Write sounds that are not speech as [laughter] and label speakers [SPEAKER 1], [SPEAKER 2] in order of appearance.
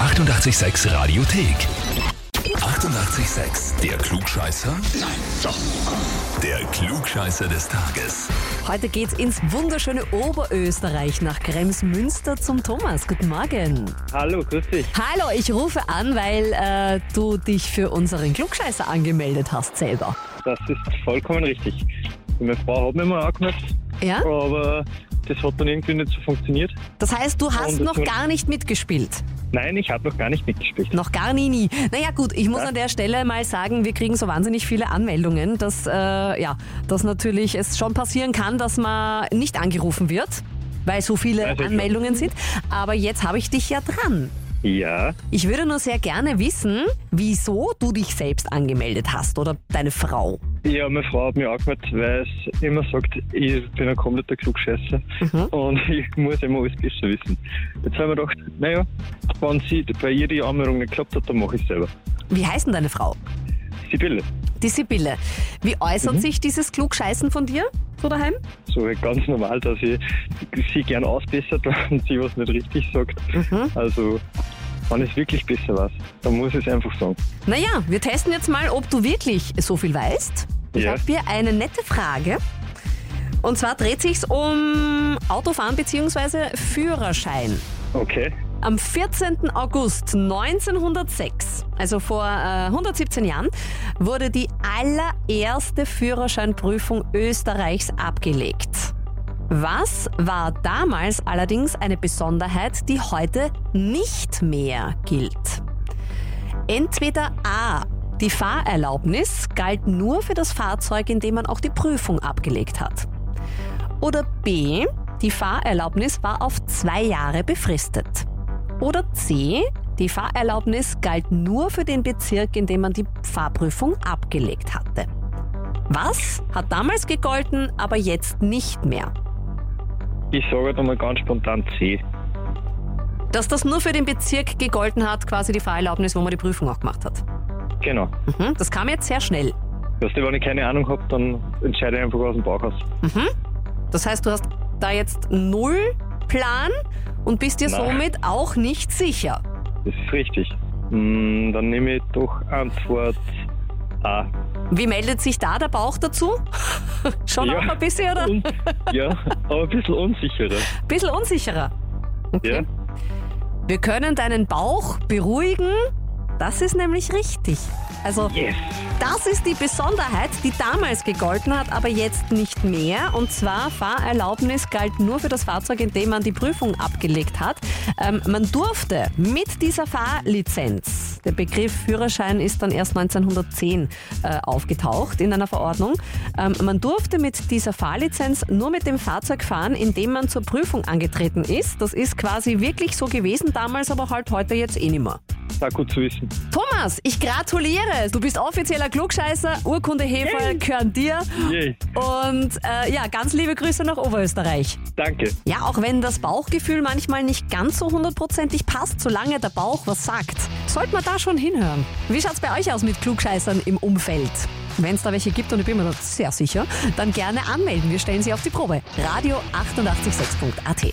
[SPEAKER 1] 886 Radiothek. 88,6. Der Klugscheißer? Nein, doch. Der Klugscheißer des Tages.
[SPEAKER 2] Heute geht's ins wunderschöne Oberösterreich nach Kremsmünster zum Thomas. Guten Morgen.
[SPEAKER 3] Hallo, grüß dich.
[SPEAKER 2] Hallo, ich rufe an, weil äh, du dich für unseren Klugscheißer angemeldet hast selber.
[SPEAKER 3] Das ist vollkommen richtig. Meine Frau hat mir mal angemeldet,
[SPEAKER 2] Ja?
[SPEAKER 3] aber das hat dann irgendwie nicht so funktioniert.
[SPEAKER 2] Das heißt, du hast
[SPEAKER 3] Und-
[SPEAKER 2] noch gar nicht mitgespielt.
[SPEAKER 3] Nein, ich habe noch gar nicht mitgespielt.
[SPEAKER 2] Noch gar nie, nie. Naja gut, ich muss
[SPEAKER 3] Ja.
[SPEAKER 2] an der Stelle mal sagen, wir kriegen so wahnsinnig viele Anmeldungen, dass, äh, ja, dass natürlich es schon passieren kann, dass man nicht angerufen wird, weil so viele
[SPEAKER 3] Ja, sicher.
[SPEAKER 2] Anmeldungen sind. Aber jetzt habe ich dich ja dran.
[SPEAKER 3] Ja,
[SPEAKER 2] Ich würde nur sehr gerne wissen, wieso du dich selbst angemeldet hast oder deine Frau.
[SPEAKER 3] ja, meine Frau hat mir angemeldet, weil sie immer sagt, ich bin ein kompletter Klugscheißer
[SPEAKER 2] Mhm.
[SPEAKER 3] und [laughs] ich muss immer alles besser wissen. Jetzt haben wir gedacht, naja, wenn sie bei ihr die Anmeldung nicht geklappt hat, dann mache ich es selber.
[SPEAKER 2] Wie heißt denn deine Frau?
[SPEAKER 3] Sibylle,
[SPEAKER 2] Die Sibylle. Wie äußert sich dieses Klugscheißen von dir so daheim?
[SPEAKER 3] so halt ganz normal, dass ich sie gern ausbessert, [laughs] wenn sie was nicht richtig sagt. Also, wenn es wirklich besser war, dann muss ich es einfach sagen.
[SPEAKER 2] Naja, wir testen jetzt mal, ob du wirklich so viel weißt. Ich
[SPEAKER 3] Ja.
[SPEAKER 2] habe hier eine nette Frage. Und zwar dreht sich's um Autofahren bzw. Führerschein.
[SPEAKER 3] Okay.
[SPEAKER 2] Am 14. August 1906, also vor äh, 117 Jahren, wurde die allererste Führerscheinprüfung Österreichs abgelegt. Was war damals allerdings eine Besonderheit, die heute nicht mehr gilt? Entweder A. Die Fahrerlaubnis galt nur für das Fahrzeug, in dem man auch die Prüfung abgelegt hat. Oder B. Die Fahrerlaubnis war auf zwei Jahre befristet. Oder C. Die Fahrerlaubnis galt nur für den Bezirk, in dem man die Fahrprüfung abgelegt hatte. Was hat damals gegolten, aber jetzt nicht mehr?
[SPEAKER 3] Ich sage jetzt einmal ganz spontan C.
[SPEAKER 2] Dass das nur für den Bezirk gegolten hat, quasi die Fahrerlaubnis, wo man die Prüfung auch gemacht hat.
[SPEAKER 3] Genau.
[SPEAKER 2] Mhm, das kam jetzt sehr schnell.
[SPEAKER 3] Weißt du, wenn ich keine Ahnung habe, dann entscheide ich einfach aus dem Bauch aus.
[SPEAKER 2] Das heißt, du hast da jetzt null Plan und bist dir
[SPEAKER 3] Nein.
[SPEAKER 2] somit auch nicht sicher.
[SPEAKER 3] Das ist richtig. Hm, dann nehme ich doch Antwort A.
[SPEAKER 2] Wie meldet sich da der Bauch dazu? [laughs] Schon
[SPEAKER 3] Ja.
[SPEAKER 2] auch ein bisschen,
[SPEAKER 3] [laughs]
[SPEAKER 2] oder?
[SPEAKER 3] Und, ja, aber ein bisschen unsicherer.
[SPEAKER 2] Ein bisschen unsicherer.
[SPEAKER 3] Ja?
[SPEAKER 2] Wir können deinen Bauch beruhigen. Das ist nämlich richtig. Also,
[SPEAKER 3] Yes.
[SPEAKER 2] das ist die Besonderheit, die damals gegolten hat, aber jetzt nicht mehr. Und zwar, Fahrerlaubnis galt nur für das Fahrzeug, in dem man die Prüfung abgelegt hat. Ähm, man durfte mit dieser Fahrlizenz, der Begriff Führerschein ist dann erst 1910 äh, aufgetaucht in einer Verordnung, ähm, man durfte mit dieser Fahrlizenz nur mit dem Fahrzeug fahren, in dem man zur Prüfung angetreten ist. Das ist quasi wirklich so gewesen damals, aber halt heute jetzt eh nicht mehr.
[SPEAKER 3] War gut zu wissen.
[SPEAKER 2] Thomas, ich gratuliere. Du bist offizieller Klugscheißer. Urkunde Hefe gehören dir.
[SPEAKER 3] Yay.
[SPEAKER 2] Und äh, ja, ganz liebe Grüße nach Oberösterreich.
[SPEAKER 3] Danke.
[SPEAKER 2] Ja, auch wenn das Bauchgefühl manchmal nicht ganz so hundertprozentig passt, solange der Bauch was sagt, sollte man da schon hinhören. Wie schaut's bei euch aus mit Klugscheißern im Umfeld? Wenn es da welche gibt, und ich bin mir da sehr sicher, dann gerne anmelden. Wir stellen sie auf die Probe. Radio 886.at.